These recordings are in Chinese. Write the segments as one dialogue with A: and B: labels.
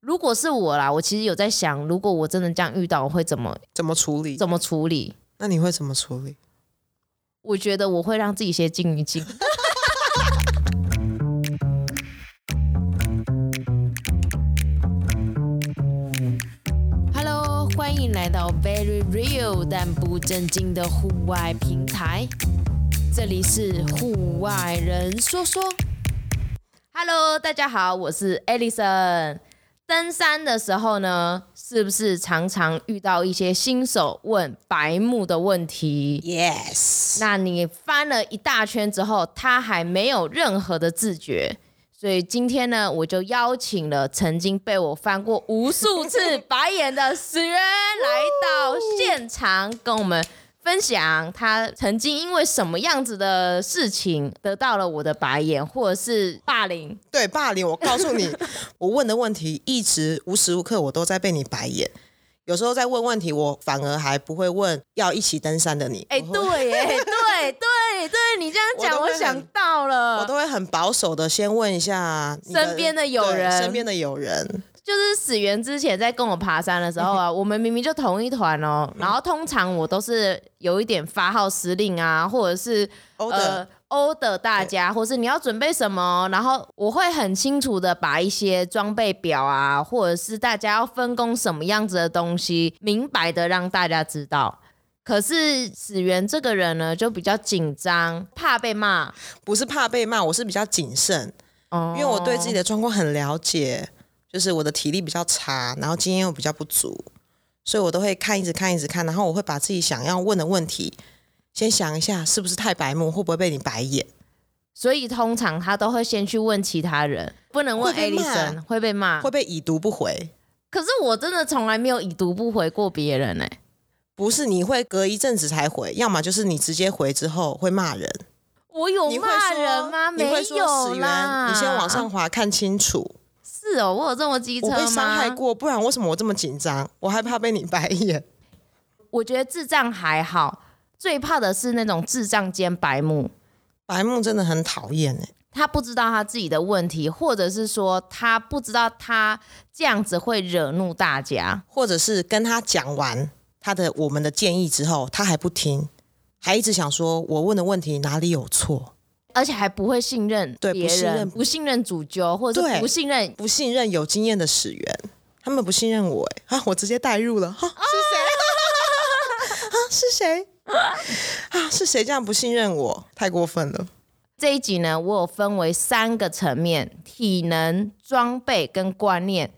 A: 如果是我啦，我其实有在想，如果我真的这样遇到，我会怎么
B: 怎么处理？
A: 怎么处理？
B: 那你会怎么处理？
A: 我觉得我会让自己先静一静。Hello，欢迎来到 Very Real 但不正经的户外平台，这里是户外人说说。Hello，大家好，我是 Alison。登山的时候呢，是不是常常遇到一些新手问白目的问题？
B: Yes，
A: 那你翻了一大圈之后，他还没有任何的自觉。所以今天呢，我就邀请了曾经被我翻过无数次白眼的史源来到现场，跟我们分享他曾经因为什么样子的事情得到了我的白眼，或者是霸凌。
B: 对霸凌，我告 诉你，我问的问题一直无时无刻我都在被你白眼。有时候在问问题，我反而还不会问要一起登山的你。
A: 哎、
B: 我会
A: 对耶，对对对，你这样讲，
B: 我都
A: 我
B: 会很
A: 想到了，
B: 我都会很保守的先问一下你
A: 呃身边的友
B: 对
A: 人
B: 身边的友人。
A: 就是始源之前在跟我爬山的时候
B: 嗯
A: 啊，我们明明就同一团哦，然后通常我都是有一点发号施令啊，或者是
B: 欧的、
A: 呃 order 大家，或是你要准备什么，然后我会很清楚的把一些装备表啊，或者是大家要分工什么样子的东西，明白的让大家知道。可是始源这个人呢，就比较紧张，怕被骂，
B: 不是怕被骂，我是比较谨慎，
A: 哦
B: 因为我对自己的状况很了解，就是我的体力比较差，然后经验又比较不足，所以我都会看一直看一直看，然后我会把自己想要问的问题先想一下，是不是太白目，会不会被你白眼？
A: 所以通常他都会先去问其他人，不能问艾
B: 会被
A: 丽
B: 骂
A: 森，会被骂
B: 会。被已读不回？
A: 可是我真的从来没有已读不回过别人哎、
B: 不是，你会隔一阵子才回，要么就是你直接回之后会骂人，
A: 我有
B: 你会
A: 骂
B: 说
A: 人吗？
B: 你
A: 没
B: 会说
A: 有
B: 史
A: 啦。啊
B: 源，你先往上滑看清楚。
A: 是哦，我有这么机车
B: 我
A: 吗？
B: 被伤害过，不然为什么我这么紧张？我害怕被你白眼。
A: 我觉得智障还好，最怕的是那种智障兼白目，
B: 白目真的很讨厌哎，
A: 他不知道他自己的问题，或者是说他不知道他这样子会惹怒大家。
B: 或者是跟他讲完他的我们的建议之后，他还不听，还一直想说我问的问题哪里有错，
A: 而且还不会信任
B: 对
A: 别
B: 不信
A: 人，
B: 任
A: 不信任主揪，或者是
B: 对
A: 不信任
B: 不信任有经验的始源，他们不信任我哎，啊，我直接带入了，哈、是谁？啊，是谁？啊，是谁这样不信任我？太过分了。
A: 这一集呢，我有分为三个层面：体能、装备跟观念，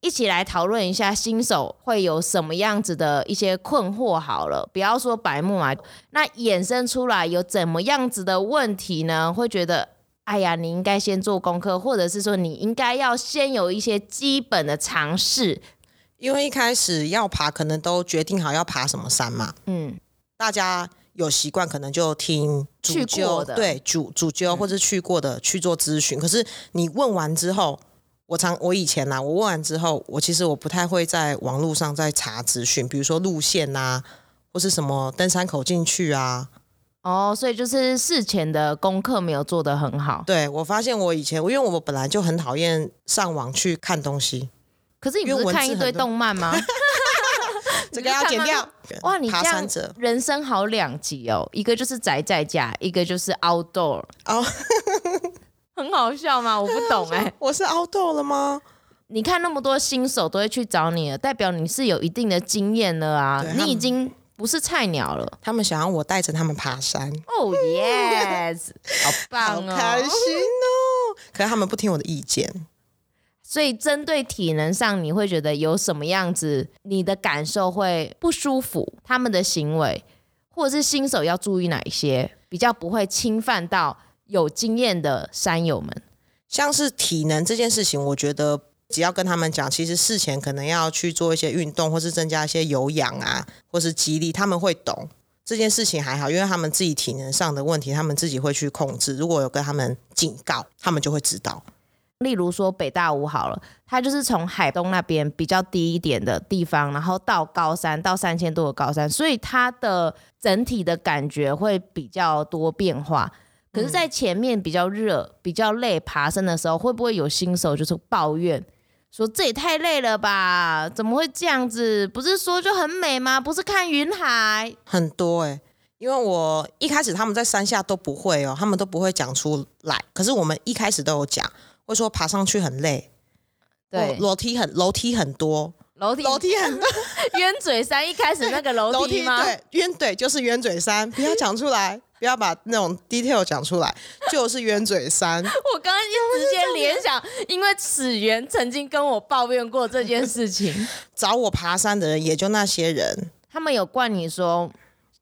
A: 一起来讨论一下新手会有什么样子的一些困惑。好了，不要说白目嘛，那衍生出来有怎么样子的问题呢？会觉得。哎呀，你应该先做功课，或者是说你应该要先有一些基本的尝试。
B: 因为一开始要爬，可能都决定好要爬什么山嘛。
A: 嗯，
B: 大家有习惯，可能就听主
A: 去过
B: 揪
A: 的
B: 对主主揪或者去过的去做咨询。可是你问完之后，我常我以前啦，啊我问完之后，我其实我不太会在网络上再查资讯，比如说路线呐、或是什么登山口进去啊。
A: 哦，所以就是事前的功课没有做得很好。
B: 对我发现我以前，因为我本来就很讨厌上网去看东西，
A: 可是你不
B: 因
A: 是
B: 为文字
A: 看一
B: 很
A: 堆
B: 多
A: 动漫吗？
B: 这个要
A: 看
B: 剪
A: 吗
B: 掉。
A: 哇，你这
B: 爬
A: 样
B: 山者
A: 人生好两极哦，一个就是宅在家，一个就是 outdoor，
B: 哦，
A: 很好笑吗？我不 懂哎、
B: 我是凹豆了吗？
A: 你看那么多新手都会去找你了，代表你是有一定的经验了啊
B: 对，他
A: 你
B: 们
A: 已经不是菜鸟了。
B: 他们想要我带着他们爬山。
A: 哦、yes，好
B: 好
A: 棒
B: 开
A: 哦！
B: 心哦！可是他们不听我的意见，
A: 所以针对体能上，你会觉得有什么样子，你的感受会不舒服，他们的行为，或者是新手要注意哪一些，比较不会侵犯到有经验的山友们。
B: 像是体能这件事情，我觉得只要跟他们讲，其实事前可能要去做一些运动，或是增加一些有氧啊，或是肌力，他们会懂这件事情还好，因为他们自己体能上的问题，他们自己会去控制。如果有跟他们警告，他们就会知道。
A: 例如说北大武好了，它就是从海东那边比较低一点的地方，然后到高山，到三千多的高山，所以它的整体的感觉会比较多变化。可是，在前面比较热、比较累爬山的时候，会不会有新手就是抱怨说这也太累了吧？怎么会这样子？不是说就很美吗？不是看云海，
B: 很多哎、因为我一开始他们在山下都不会哦，他们都不会讲出来，可是我们一开始都有讲，会说爬上去很累，
A: 对，
B: 楼楼梯很楼梯很多，
A: 楼梯
B: 楼梯很多，
A: 冤嘴山一开始那个 楼
B: 楼
A: 梯
B: 梯
A: 吗？
B: 对冤嘴就是冤嘴山，不要讲出来， 不要把那种 detail 讲出来，就是冤嘴山。
A: 我刚刚就直接联想，因为始源曾经跟我抱怨过这件事情，
B: 找我爬山的人也就那些人，
A: 他们有怪你说，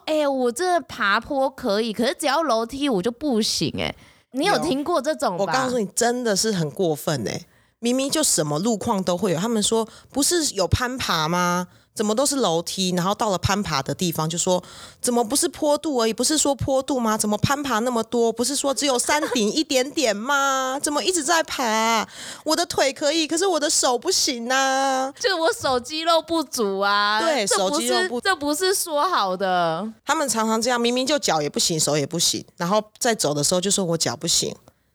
A: 哎、我这爬坡可以，可是只要楼梯我就不行、哎，你有
B: 有
A: 听过这种吧？
B: 我告诉你，真的是很过分哎、明明就什么路况都会有，他们说不是有攀爬吗？怎么都是楼梯？然后到了攀爬的地方，就说怎么不是坡度而已？不是说坡度吗？怎么攀爬那么多？不是说只有山顶一点点吗？怎么一直在爬？我的腿可以，可是我的手不行啊！
A: 就是我手肌肉不足啊，
B: 对
A: 这不是
B: 手肌肉不
A: 这不是说好的，
B: 他们常常这样，明明就脚也不行，手也不行，然后在走的时候就说我脚不行，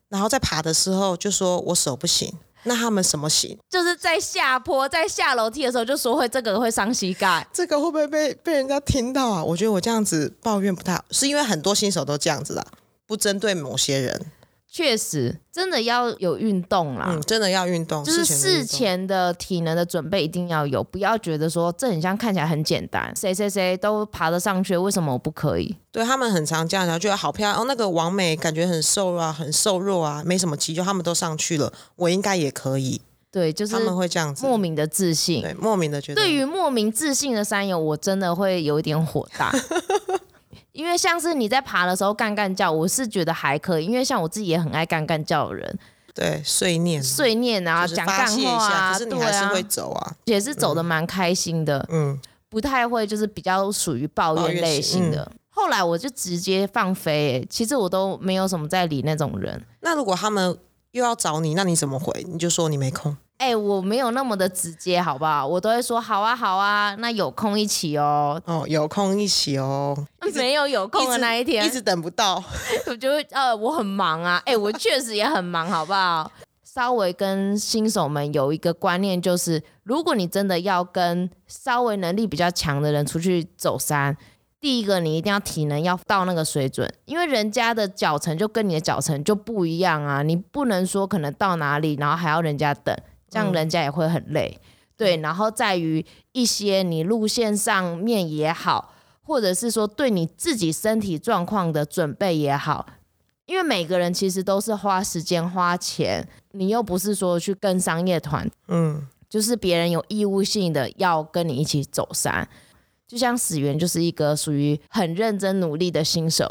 B: 然后在爬的时候就说我手不行。那他们什么行？
A: 就是在下坡、在下楼梯的时候就说会这个会伤膝盖，
B: 这个会不会被被人家听到啊？我觉得我这样子抱怨不太好，是因为很多新手都这样子啦，不针对某些人。
A: 确实真的要有运动啦。
B: 嗯，真的要运动，
A: 就是
B: 事
A: 事
B: 前
A: 前的体能的准备一定要有，不要觉得说这很像看起来很简单，谁谁谁都爬得上去，为什么我不可以？
B: 对他们很常这样，然后觉得好漂亮哦，那个王美感觉很瘦啊，很瘦弱啊，没什么肌肉，他们都上去了，我应该也可以。
A: 对，就是
B: 他们会这样子，
A: 莫名的自信。
B: 对莫名的觉得，
A: 对于莫名自信的山友，我真的会有一点火 大。因为像是你在爬的时候干干叫，我是觉得还可以，因为像我自己也很爱干干叫的人，
B: 对碎念
A: 碎念啊，
B: 嗯就是
A: 讲
B: 发
A: 干
B: 泄一
A: 话
B: 下，
A: 啊，
B: 可是你
A: 对
B: 还是
A: 啊
B: 会，走啊，
A: 也是走的蛮开心的。
B: 嗯，
A: 不太会，就是比较属于抱
B: 抱
A: 怨
B: 怨嗯
A: 类
B: 型
A: 型的。后来我就直接放飞、欸，其实我都没有什么在理那种人。
B: 那如果他们又要找你，那你怎么回？你就说你没空。
A: 哎、我没有那么的直接，好不好？我都会说好啊，好啊，那有空一起哦。
B: 哦，有空一起哦，
A: 没有有空的
B: 直
A: 那一天，
B: 一直等不到。
A: 我就会呃，我很忙啊，哎、我确实也很忙，好不好？稍微跟新手们有一个观念，就是如果你真的要跟稍微能力比较强的人出去走山，第一个你一定要体能要到那个水准，因为人家的脚程就跟你的脚程就不一样啊，你不能说可能到哪里，然后还要人家等，这样
B: 嗯
A: 人家也会很累。对，然后在于一些你路线上面也好，或者是说对你自己身体状况的准备也好，因为每个人其实都是花时间花钱，你又不是说去跟商业团，
B: 嗯。
A: 就是别人有义务性的要跟你一起走山。就像始源就是一个属于很认真努力的新手，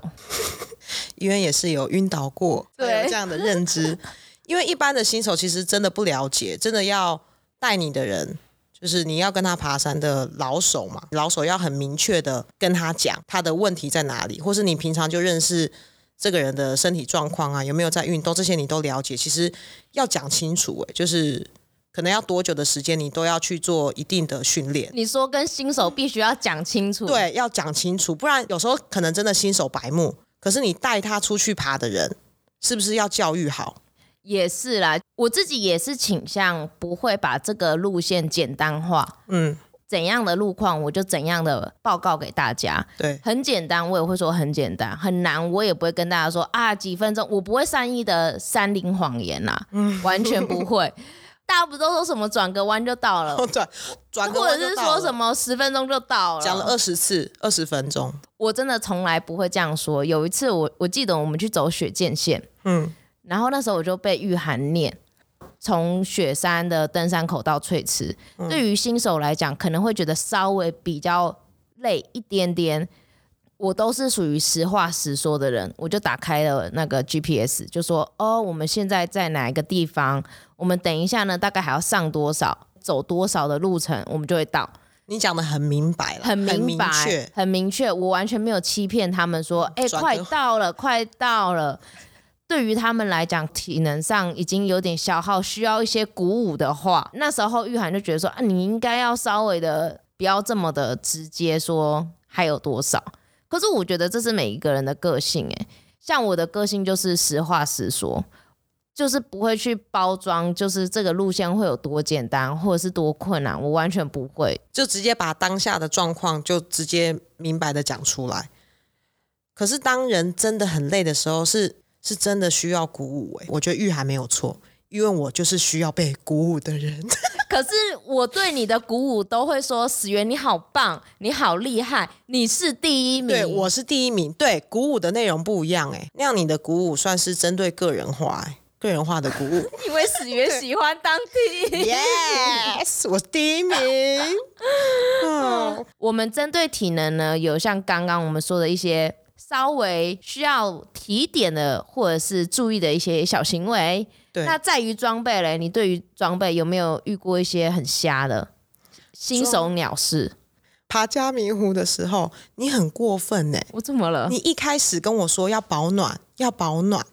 B: 因为也是有晕倒过，
A: 对
B: 才有这样的认知。 因为一般的新手其实真的不了解，真的要带你的人，就是你要跟他爬山的老手嘛，老手要很明确的跟他讲他的问题在哪里，或是你平常就认识这个人的身体状况啊，有没有在运动，这些你都了解。其实要讲清楚、欸，就是可能要多久的时间，你都要去做一定的训练。
A: 你说跟新手必须要讲清楚，，
B: 对，要讲清楚，不然有时候可能真的新手白目。可是你带他出去爬的人，是不是要教育好？
A: 也是啦。我自己也是倾向不会把这个路线简单化，
B: 嗯，
A: 怎样的路况我就怎样的报告给大家。
B: 对，
A: 很简单，我也会说很简单，很难我也不会跟大家说啊几分钟，我不会善意的山林谎言啦、
B: 嗯
A: 完全不会。大家不都说什么转个弯就到了，
B: 哦对，转个
A: 或
B: 弯
A: 者是
B: 就到
A: 说什
B: 了
A: 么十分钟就到了？
B: 讲了二十次，二十分钟，
A: 我真的从来不会这样说。有一次我我记得我们去走雪见线，
B: 嗯，
A: 然后那时候我就被玉涵念，从雪山的登山口到翠池，对于新手来讲，可能会觉得稍微比较累一点点。我都是属于实话实说的人，我就打开了那个 GPS，就说哦，我们现在在哪一个地方？我们等一下呢，大概还要上多少，走多少的路程，我们就会到。
B: 你讲的很明白了，很
A: 明白，很
B: 确，嗯
A: 明确，我完全没有欺骗他们说，哎、
B: 转
A: 快
B: 个
A: 到了，快到了。对于他们来讲，体能上已经有点消耗，需要一些鼓舞的话，那时候玉涵就觉得说，啊，你应该要稍微的不要这么的直接说还有多少。可是我觉得这是每一个人的个性、哎，像我的个性就是实话实说，就是不会去包装，就是这个路线会有多简单或者是多困难，我完全不会。
B: 就直接把当下的状况就直接明白的讲出来。可是当人真的很累的时候，是是真的需要鼓舞、欸。我觉得玉涵没有错，因为我就是需要被鼓舞的人。
A: 可是我对你的鼓舞都会说：“始源，你好棒，你好厉害，你是第一名。”
B: 对，我是第一名。对，鼓舞的内容不一样、欸，哎，那样你的鼓舞算是针对个人化、欸，个人化的鼓舞。
A: 以为始源喜欢当 第一
B: yes，我第一名。 嗯，
A: 我们针对体能呢，有像刚刚我们说的一些稍微需要提点的，或者是注意的一些小行为。
B: 对
A: 那在于装备嘞，你对于装备有没有遇过一些很瞎的新手鸟事？
B: 爬加迷湖的时候，你很过分呢、欸
A: 我怎么了
B: 你？一开始跟我说要保暖，要保暖，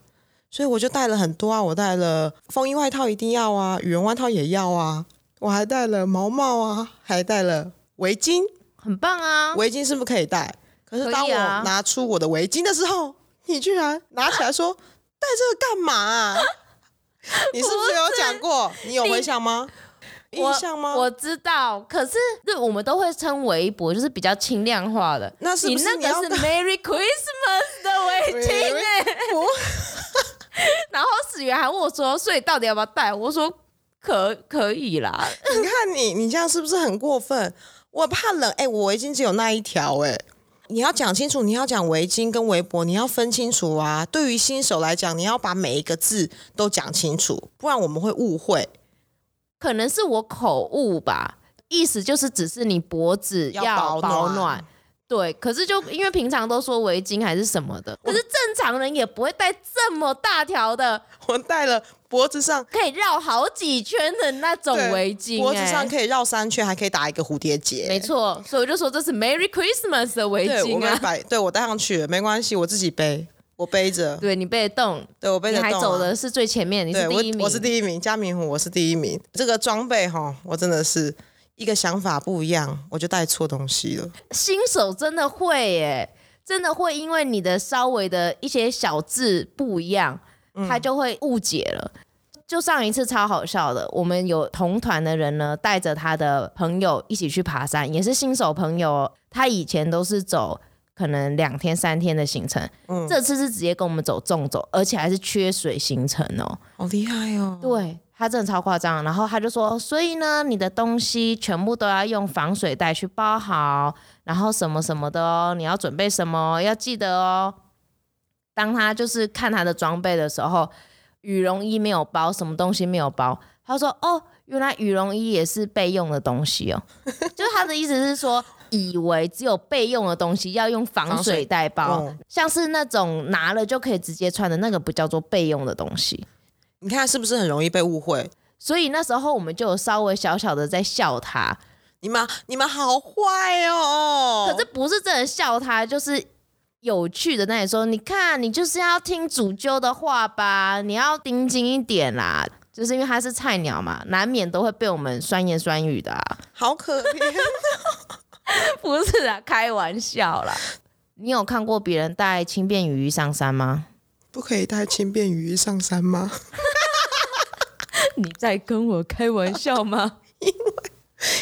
B: 所以我就带了很多啊，我带了风衣外套一定要啊，羽绒外套也要啊，我还带了毛帽啊，还带了围巾，
A: 很棒啊！
B: 围巾是不是可以带？可是当
A: 可以
B: 我
A: 啊
B: 拿出我的围巾的时候，你居然拿起来说带这个干嘛、 啊？你是不是有讲过？你有回想吗？印
A: 我
B: 象吗？
A: 我知道，可是对我们都会称围脖，就是比较轻量化的。
B: 那是不
A: 你
B: 是
A: 那
B: 你要
A: 个是 Merry Christmas 的围巾呢、
B: 不
A: 然后始源还问我说：“所以到底要不要戴？”我说：“可可以啦。
B: 你看你，你这样是不是很过分？我怕冷，哎、我围巾只有那一条，哎，你要讲清楚，你要讲围巾跟围脖，你要分清楚啊。对于新手来讲，你要把每一个字都讲清楚，不然我们会误会。”
A: 可能是我口误吧，意思就是只是你脖子
B: 要
A: 要
B: 保
A: 保
B: 暖
A: 暖。对，可是就因为平常都说围巾还是什么 的，可是正常人也不会戴这么大条的，
B: 我戴了脖子上
A: 可以绕好几圈的那种
B: 对
A: 围巾、欸，
B: 脖子上可以绕三圈，还可以打一个蝴蝶结。
A: 没错，所以我就说这是 Merry Christmas 的围
B: 对，我
A: 巾
B: 们
A: 啊。
B: 把对我戴上去了，没关系，我自己背，我背 着，
A: 对你被动，
B: 对我背着、
A: 你
B: 动
A: 还
B: 啊
A: 走的是最前面，你
B: 对
A: 是第一
B: 我
A: 名。
B: 我是第一名，加明湖我是第一名。这个装备哈，我真的是一个想法不一样，我就带错东西了。
A: 新手真的会耶，真的会因为你的稍微的一些小字不一样，
B: 嗯
A: 他就会误解了。就上一次超好笑的，我们有同团的人呢，带着他的朋友一起去爬山，也是新手朋友哦。他以前都是走可能两天三天的行程，
B: 嗯
A: 这次是直接跟我们走纵走，而且还是缺水行程哦。
B: 好厉害哦！
A: 对他真的超夸张，然后他就说，所以呢，你的东西全部都要用防水袋去包好，然后什么什么的哦，你要准备什么要记得哦。当他就是看他的装备的时候，羽绒衣没有包，什么东西没有包，他说哦，原来羽绒衣也是备用的东西 哦，就是他的意思是说。以为只有备用的东西要用防
B: 防
A: 水
B: 水
A: 袋包，
B: 嗯
A: 像是那种拿了就可以直接穿的那个，不叫做备用的东西。
B: 你看是不是很容易被误会？
A: 所以那时候我们就有稍微小小的在笑他，
B: 你们你们好坏哦！
A: 可是不是真的笑他，就是有趣的那里说，你看你就是要听主揪的话吧，你要盯紧一点啦。就是因为他是菜鸟嘛，难免都会被我们酸言酸语的、啊。
B: 好可怜。
A: 不是啊，开玩笑啦。你有看过别人带轻便雨衣上山吗？
B: 不可以带轻便雨衣上山吗？
A: 你在跟我开玩笑吗？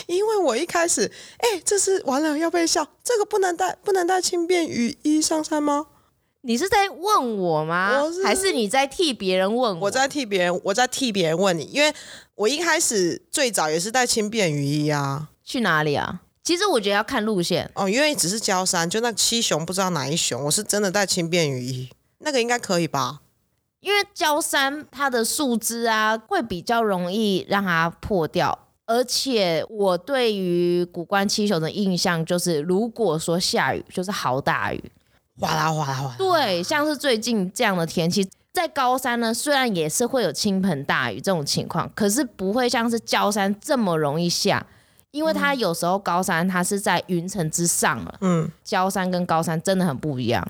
B: 因为我一开始，哎、这是完了要被笑，这个不能带，不能带轻便雨衣上山吗？
A: 嗯你是在问我吗？
B: 我是
A: 还是你在替别人问我？
B: 我在替别人，我在替别人问你，因为我一开始最早也是带轻便雨衣啊。
A: 去哪里啊？其实我觉得要看路线。
B: 哦，因为只是焦山，就那七雄不知道哪一雄，我是真的带轻便雨衣，那个应该可以吧？
A: 因为焦山它的树枝啊，会比较容易让它破掉。而且我对于古关七雄的印象就是，如果说下雨，就是好大雨。
B: 哗啦哗啦哗啦，
A: 对，像是最近这样的天气，在高山呢，虽然也是会有倾盆大雨这种情况，可是不会像是焦山这么容易下，因为它有时候高山它是在云层之上了。
B: 嗯，
A: 焦山跟高山真的很不一样。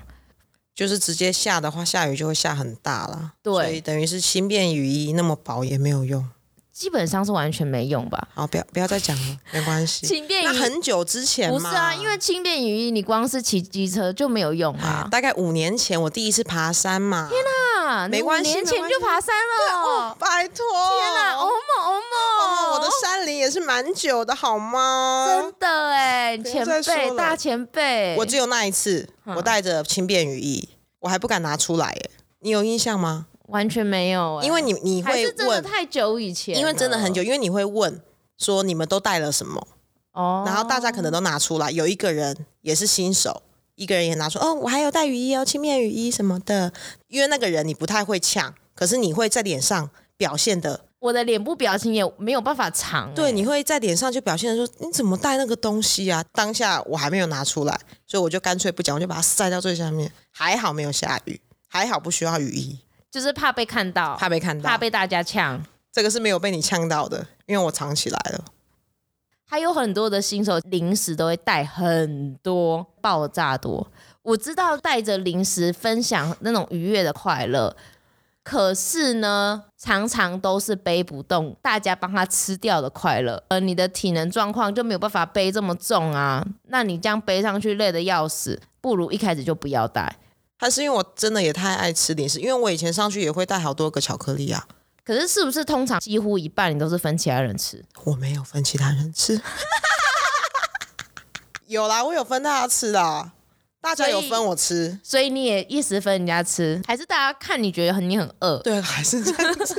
B: 就是直接下的话，下雨就会下很大啦。
A: 对
B: 所以等于是轻便雨衣那么薄也没有用。
A: 基本上是完全没用吧？
B: 好，不要不要再讲了，没关系。
A: 轻便
B: 那
A: 雨
B: 很久之前
A: 不
B: 嘛，
A: 是啊，因为轻便雨衣你光是骑机车就没有用
B: 哎
A: 啊。
B: 大概五年前我第一次爬山嘛，天哪、
A: 啊，
B: 哎没
A: 你五
B: 关系
A: 年
B: 没
A: 前
B: 关
A: 就
B: 系哦
A: 爬山了。
B: 拜托，
A: 哦天哪，哦欧梦欧梦，
B: 哦哦，我的山林也是蛮久的，好吗？
A: 真的哎，
B: 不
A: 前
B: 要再
A: 辈
B: 说了
A: 大前辈，
B: 我只有那一次，
A: 嗯
B: 我带着轻便雨衣，我还不敢拿出来耶。你有印象吗？
A: 完全没有哎，
B: 因为你你
A: 还
B: 会
A: 是真的
B: 问，
A: 太久以前了，
B: 因为真的很久，因为你会问说你们都带了什么，
A: 哦，
B: 然后大家可能都拿出来，有一个人也是新手。一个人也拿出哦，我还有带雨衣哦，轻便雨衣什么的。因为那个人你不太会呛，可是你会在脸上表现的，
A: 我的脸部表情也没有办法藏哎，
B: 对，你会在脸上就表现的说你怎么带那个东西啊？当下我还没有拿出来，所以我就干脆不讲，我就把它塞到最下面。还好没有下雨，还好不需要雨衣。
A: 就是怕被看到，
B: 怕被看到，
A: 怕被大家呛。
B: 这个是没有被你呛到的，因为我藏起来了。
A: 还有很多的新手零食都会带很多，爆炸多。我知道带着零食分享那种愉悦的快乐，可是呢，常常都是背不动大家帮他吃掉的快乐。呃，你的体能状况就没有办法背这么重啊，那你这样背上去累得要死，不如一开始就不要带。
B: 还是因为我真的也太爱吃零食，因为我以前上去也会带好多个巧克力啊，
A: 可是是不是通常几乎一半你都是分其他人吃？
B: 我没有分其他人吃。 有啦，我有分大家吃啦，大家有
A: 所以
B: 分我吃，
A: 所以你也一时分人家吃，还是大家看你觉得很你很饿，
B: 对，还是这样子。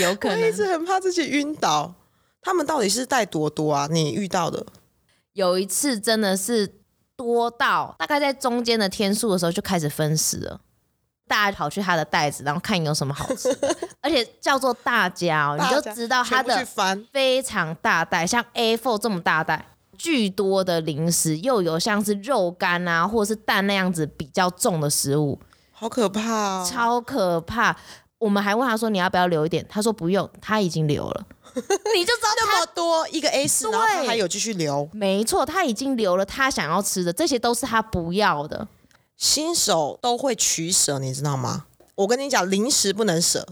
A: 有可
B: 我
A: 能
B: 一直很怕自己晕倒。他们到底是带多多啊？你遇到的
A: 有一次真的是多到大概在中间的天数的时候就开始分食了。大家跑去他的袋子，然后看有什么好吃 的，而且叫做大家、哦，你
B: 大
A: 就
B: 家
A: 知道他
B: 全部去
A: 的
B: 翻，
A: 非常大袋，像 A4 这么大袋，巨多的零食，又有像是肉干啊，或者是蛋那样子比较重的食物，
B: 好可怕哦！
A: 超可怕。我们还问他说你要不要留一点，他说不用，他已经留了， 你就知道
B: 那么多一个 A 四，然后他
A: 对
B: 还有继续留。
A: 没错，他已经留了他想要吃的，这些都是他不要的。
B: 新手都会取舍，你知道吗？我跟你讲，零食不能舍，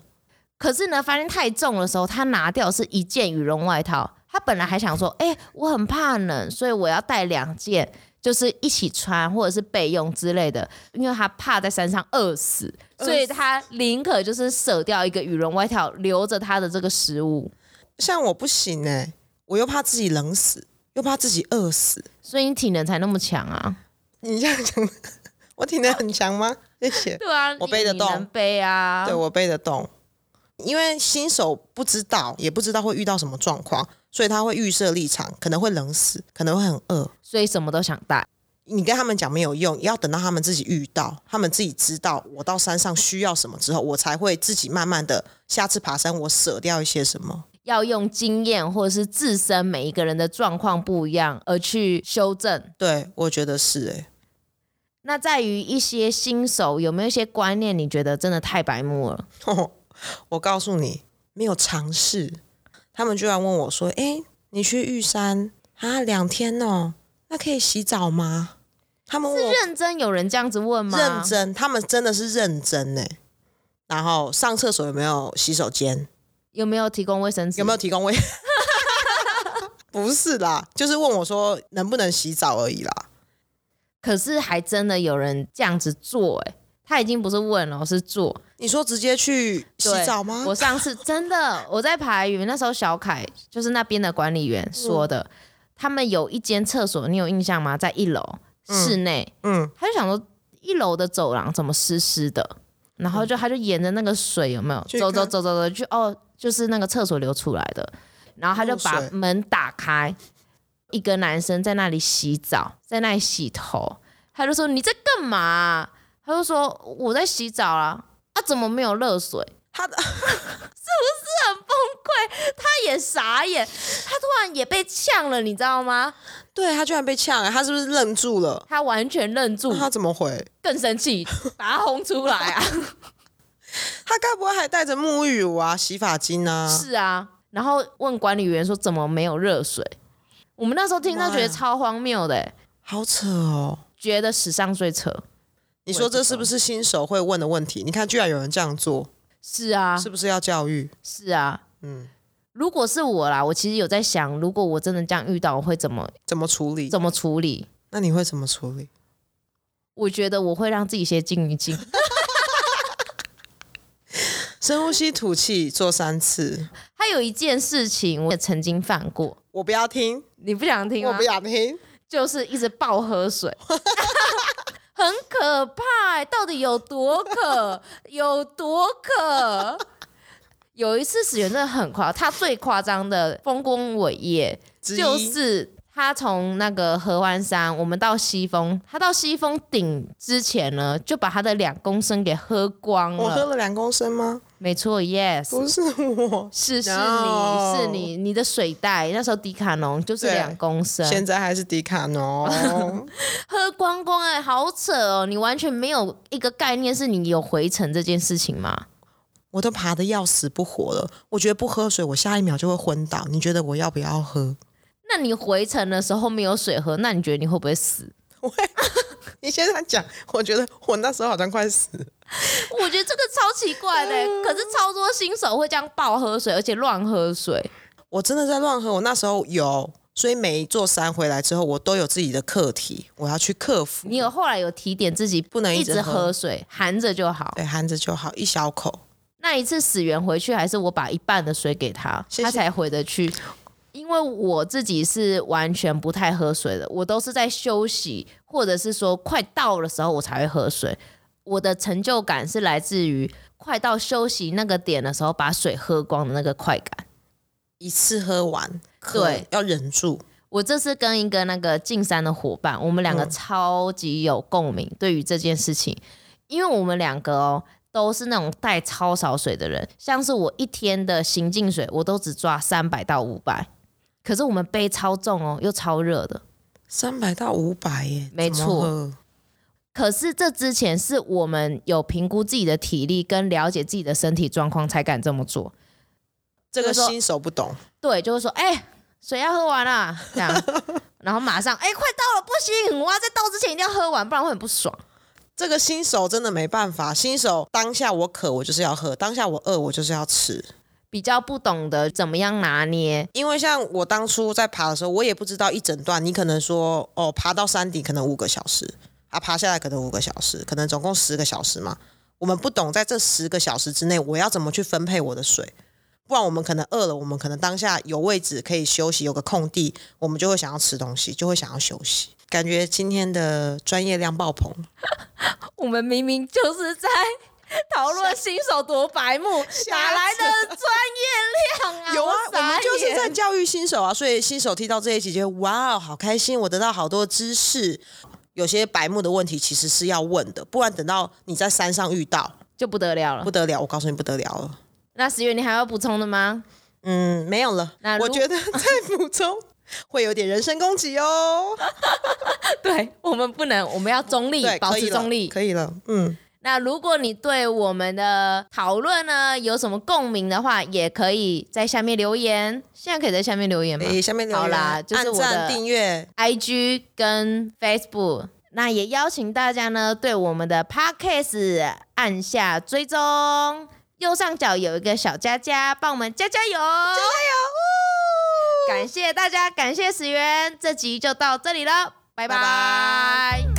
A: 可是呢，发现太重的时候，他拿掉是一件羽绒外套。他本来还想说，哎、我很怕冷，所以我要带两件，就是一起穿或者是备用之类的，因为他怕在山上饿死，所以他宁可就是舍掉一个羽绒外套，留着他的这个食物。
B: 像我不行哎、我又怕自己冷死，又怕自己饿死。
A: 所以你体能才那么强啊！
B: 你这样讲， 我体能很强吗？谢谢。
A: 对啊，
B: 我背得
A: 你你能
B: 动
A: 背啊。
B: 对我背得动，因为新手不知道，也不知道会遇到什么状况，所以他会预设立场，可能会冷死，可能会很饿。
A: 所以什么都想带。
B: 你跟他们讲没有用，要等到他们自己遇到，他们自己知道我到山上需要什么之后，我才会自己慢慢的，下次爬山我舍掉一些什么。
A: 要用经验或者是自身每一个人的状况不一样而去修正，
B: 对，我觉得是诶、欸
A: 那在于一些新手有没有一些观念，你觉得真的太白目了？
B: 哦， 我告诉你，没有尝试，他们居然问我说：“诶，你去玉山啊两天哦，那可以洗澡吗？”他们问我
A: 认真有人这样子问吗？
B: 认，真，他们真的是认真呢。然后上厕所有没有洗手间？
A: 有没有提供卫生纸？
B: 有没有提供卫？ 不是啦，就是问我说能不能洗澡而已啦。
A: 可是还真的有人这样子做、欸，他已经不是问了，是做。
B: 你说直接去洗
A: 对
B: 澡吗？
A: 我上次真的我在排云那时候，小凯就是那边的管理员说的，
B: 嗯
A: 他们有一间厕所，你有印象吗？在一楼室内，
B: 嗯，
A: 他就想说一楼的走廊怎么湿湿的，然后就他就沿着那个水有没有
B: 嗯去
A: 走
B: 看
A: 走走走走去哦，就是那个厕所流出来的，然后他就把
B: 漏水
A: 门打开，一个男生在那里洗澡，在那里洗头，他就说你在干嘛啊、他就说我在洗澡啊，啊怎么没有热水？
B: 他的
A: 他也傻眼，他突然也被呛了，你知道吗？
B: 对他居然被呛欸了，他是不是愣住了？
A: 他完全愣住
B: 那，他怎么回？
A: 更生气，把他轰出 来 啊！
B: 他该不会还带着沐浴乳啊、洗发精啊？
A: 是啊，然后问管理员说怎么没有热水？我们那时候听到觉得超荒谬的、欸
B: 好扯哦！
A: 觉得史上最扯。
B: 你说这是不是新手会问的问题？你看，居然有人这样做，
A: 是啊，
B: 是不是要教育？
A: 是啊。
B: 嗯，
A: 如果是我啦，我其实有在想，如果我真的这样遇到，我会怎么
B: 怎么处理？
A: 怎么处理？
B: 那你会怎么处理？
A: 我觉得我会让自己先静一静，
B: 深呼吸吐气做三次。
A: 还有一件事情我也曾经犯过，
B: 我不要听，
A: 你不想听啊
B: 我
A: 吗
B: 不？想听。
A: 就是一直暴喝水， 很可怕欸、到底有多渴？有多渴？有一次史源真的很夸张，他最夸张的丰功伟业
B: 之一
A: 就是。他从那个合欢山，我们到西峰，他到西峰顶之前呢，就把他的两公升给喝光
B: 我哦喝
A: 了。
B: 了两公升吗？
A: 没错，yes，
B: 不是我，
A: 是是
B: No
A: 你是你你的水袋，那时候迪卡侬就是
B: 对
A: 两公升，
B: 现在还是迪 卡侬。
A: 喝光光哎、好扯哦！你完全没有一个概念，是你有回程这件事情吗？
B: 我都爬的要死不活了，我觉得不喝水，我下一秒就会昏倒。你觉得我要不要喝？
A: 那你回程的时候没有水喝，那你觉得你会不会死？
B: 你现在讲，我觉得我那时候好像快死了。
A: 我觉得这个超奇怪的欸、
B: 嗯
A: 可是超多新手会这样暴喝水，而且乱喝水。
B: 我真的在乱喝，我那时候有，所以每一座山回来之后，我都有自己的课题，我要去克服。
A: 你有后来有提点自己
B: 不能
A: 一
B: 一直
A: 直
B: 喝
A: 喝水，含着就好。
B: 对，含着就好，一小口。
A: 那一次死源回去，还是我把一半的水给他，
B: 谢谢
A: 他才回得去。因为我自己是完全不太喝水的，我都是在休息或者是说快到的时候我才会喝水。我的成就感是来自于快到休息那个点的时候把水喝光的那个快感。
B: 一次喝完，
A: 对
B: 对，要忍住。
A: 我这次跟一个那个进山的伙伴，我们两个
B: 嗯
A: 超级有共鸣，对于这件事情，因为我们两个哦都是那种带超少水的人，像是我一天的行进水，我都只抓三百到五百，可是我们背超重哦，又超热的。
B: 三百到五百耶，
A: 没
B: 怎么
A: 错
B: 喝
A: 可是这之前是我们有评估自己的体力跟了解自己的身体状况才敢这么做。
B: 这个
A: 就是说
B: 新手不懂，
A: 对，就会说，哎、水要喝完啦、这样， 然后马上，哎、快到了，不行，我要在到之前一定要喝完，不然会很不爽。
B: 这个新手真的没办法。新手当下我渴，我就是要喝；当下我饿，我就是要吃。
A: 比较不懂得怎么样拿捏。
B: 因为像我当初在爬的时候，我也不知道一整段，你可能说哦，爬到山顶可能五个小时，啊，爬下来可能五个小时，可能总共十个小时嘛。我们不懂在这十个小时之内，我要怎么去分配我的水，不然我们可能饿了，我们可能当下有位置可以休息，有个空地，我们就会想要吃东西，就会想要休息。感觉今天的专业量爆棚，
A: 我们明明就是 在讨论新手多白目，哪来的专业量啊？
B: 有啊，我们
A: 傻
B: 就是
A: 眼
B: 在教育新手啊，所以新手听到这一集就会哇，哦好开心，我得到好多知识。有些白目的问题其实是要问的，不然等到你在山上遇到，
A: 就不得了了
B: 不。得了，我告诉你不得了了。
A: 那十月你还要补充的吗？
B: 嗯，没有了
A: 那，如
B: 我觉得再补充会有点人身攻击 哦。
A: 对我们不能，我们要中立
B: 对，，
A: 保
B: 可以
A: 持
B: 了
A: 中立。
B: 可以了。嗯，
A: 那如果你对我们的讨论呢有什么共鸣的话，也可以在下面留言。现在可以在下面留言吗？
B: 诶，下面留言
A: 好啦就是
B: 按
A: 我的哎
B: 赞、订阅，
A: IG 跟 Facebook。那也邀请大家呢，对我们的 Podcast 按下追踪，右上角有一个小加加，帮我们加加油，加油！感谢大家，感谢石原，这集就到这里了，拜
B: 拜
A: 拜
B: 拜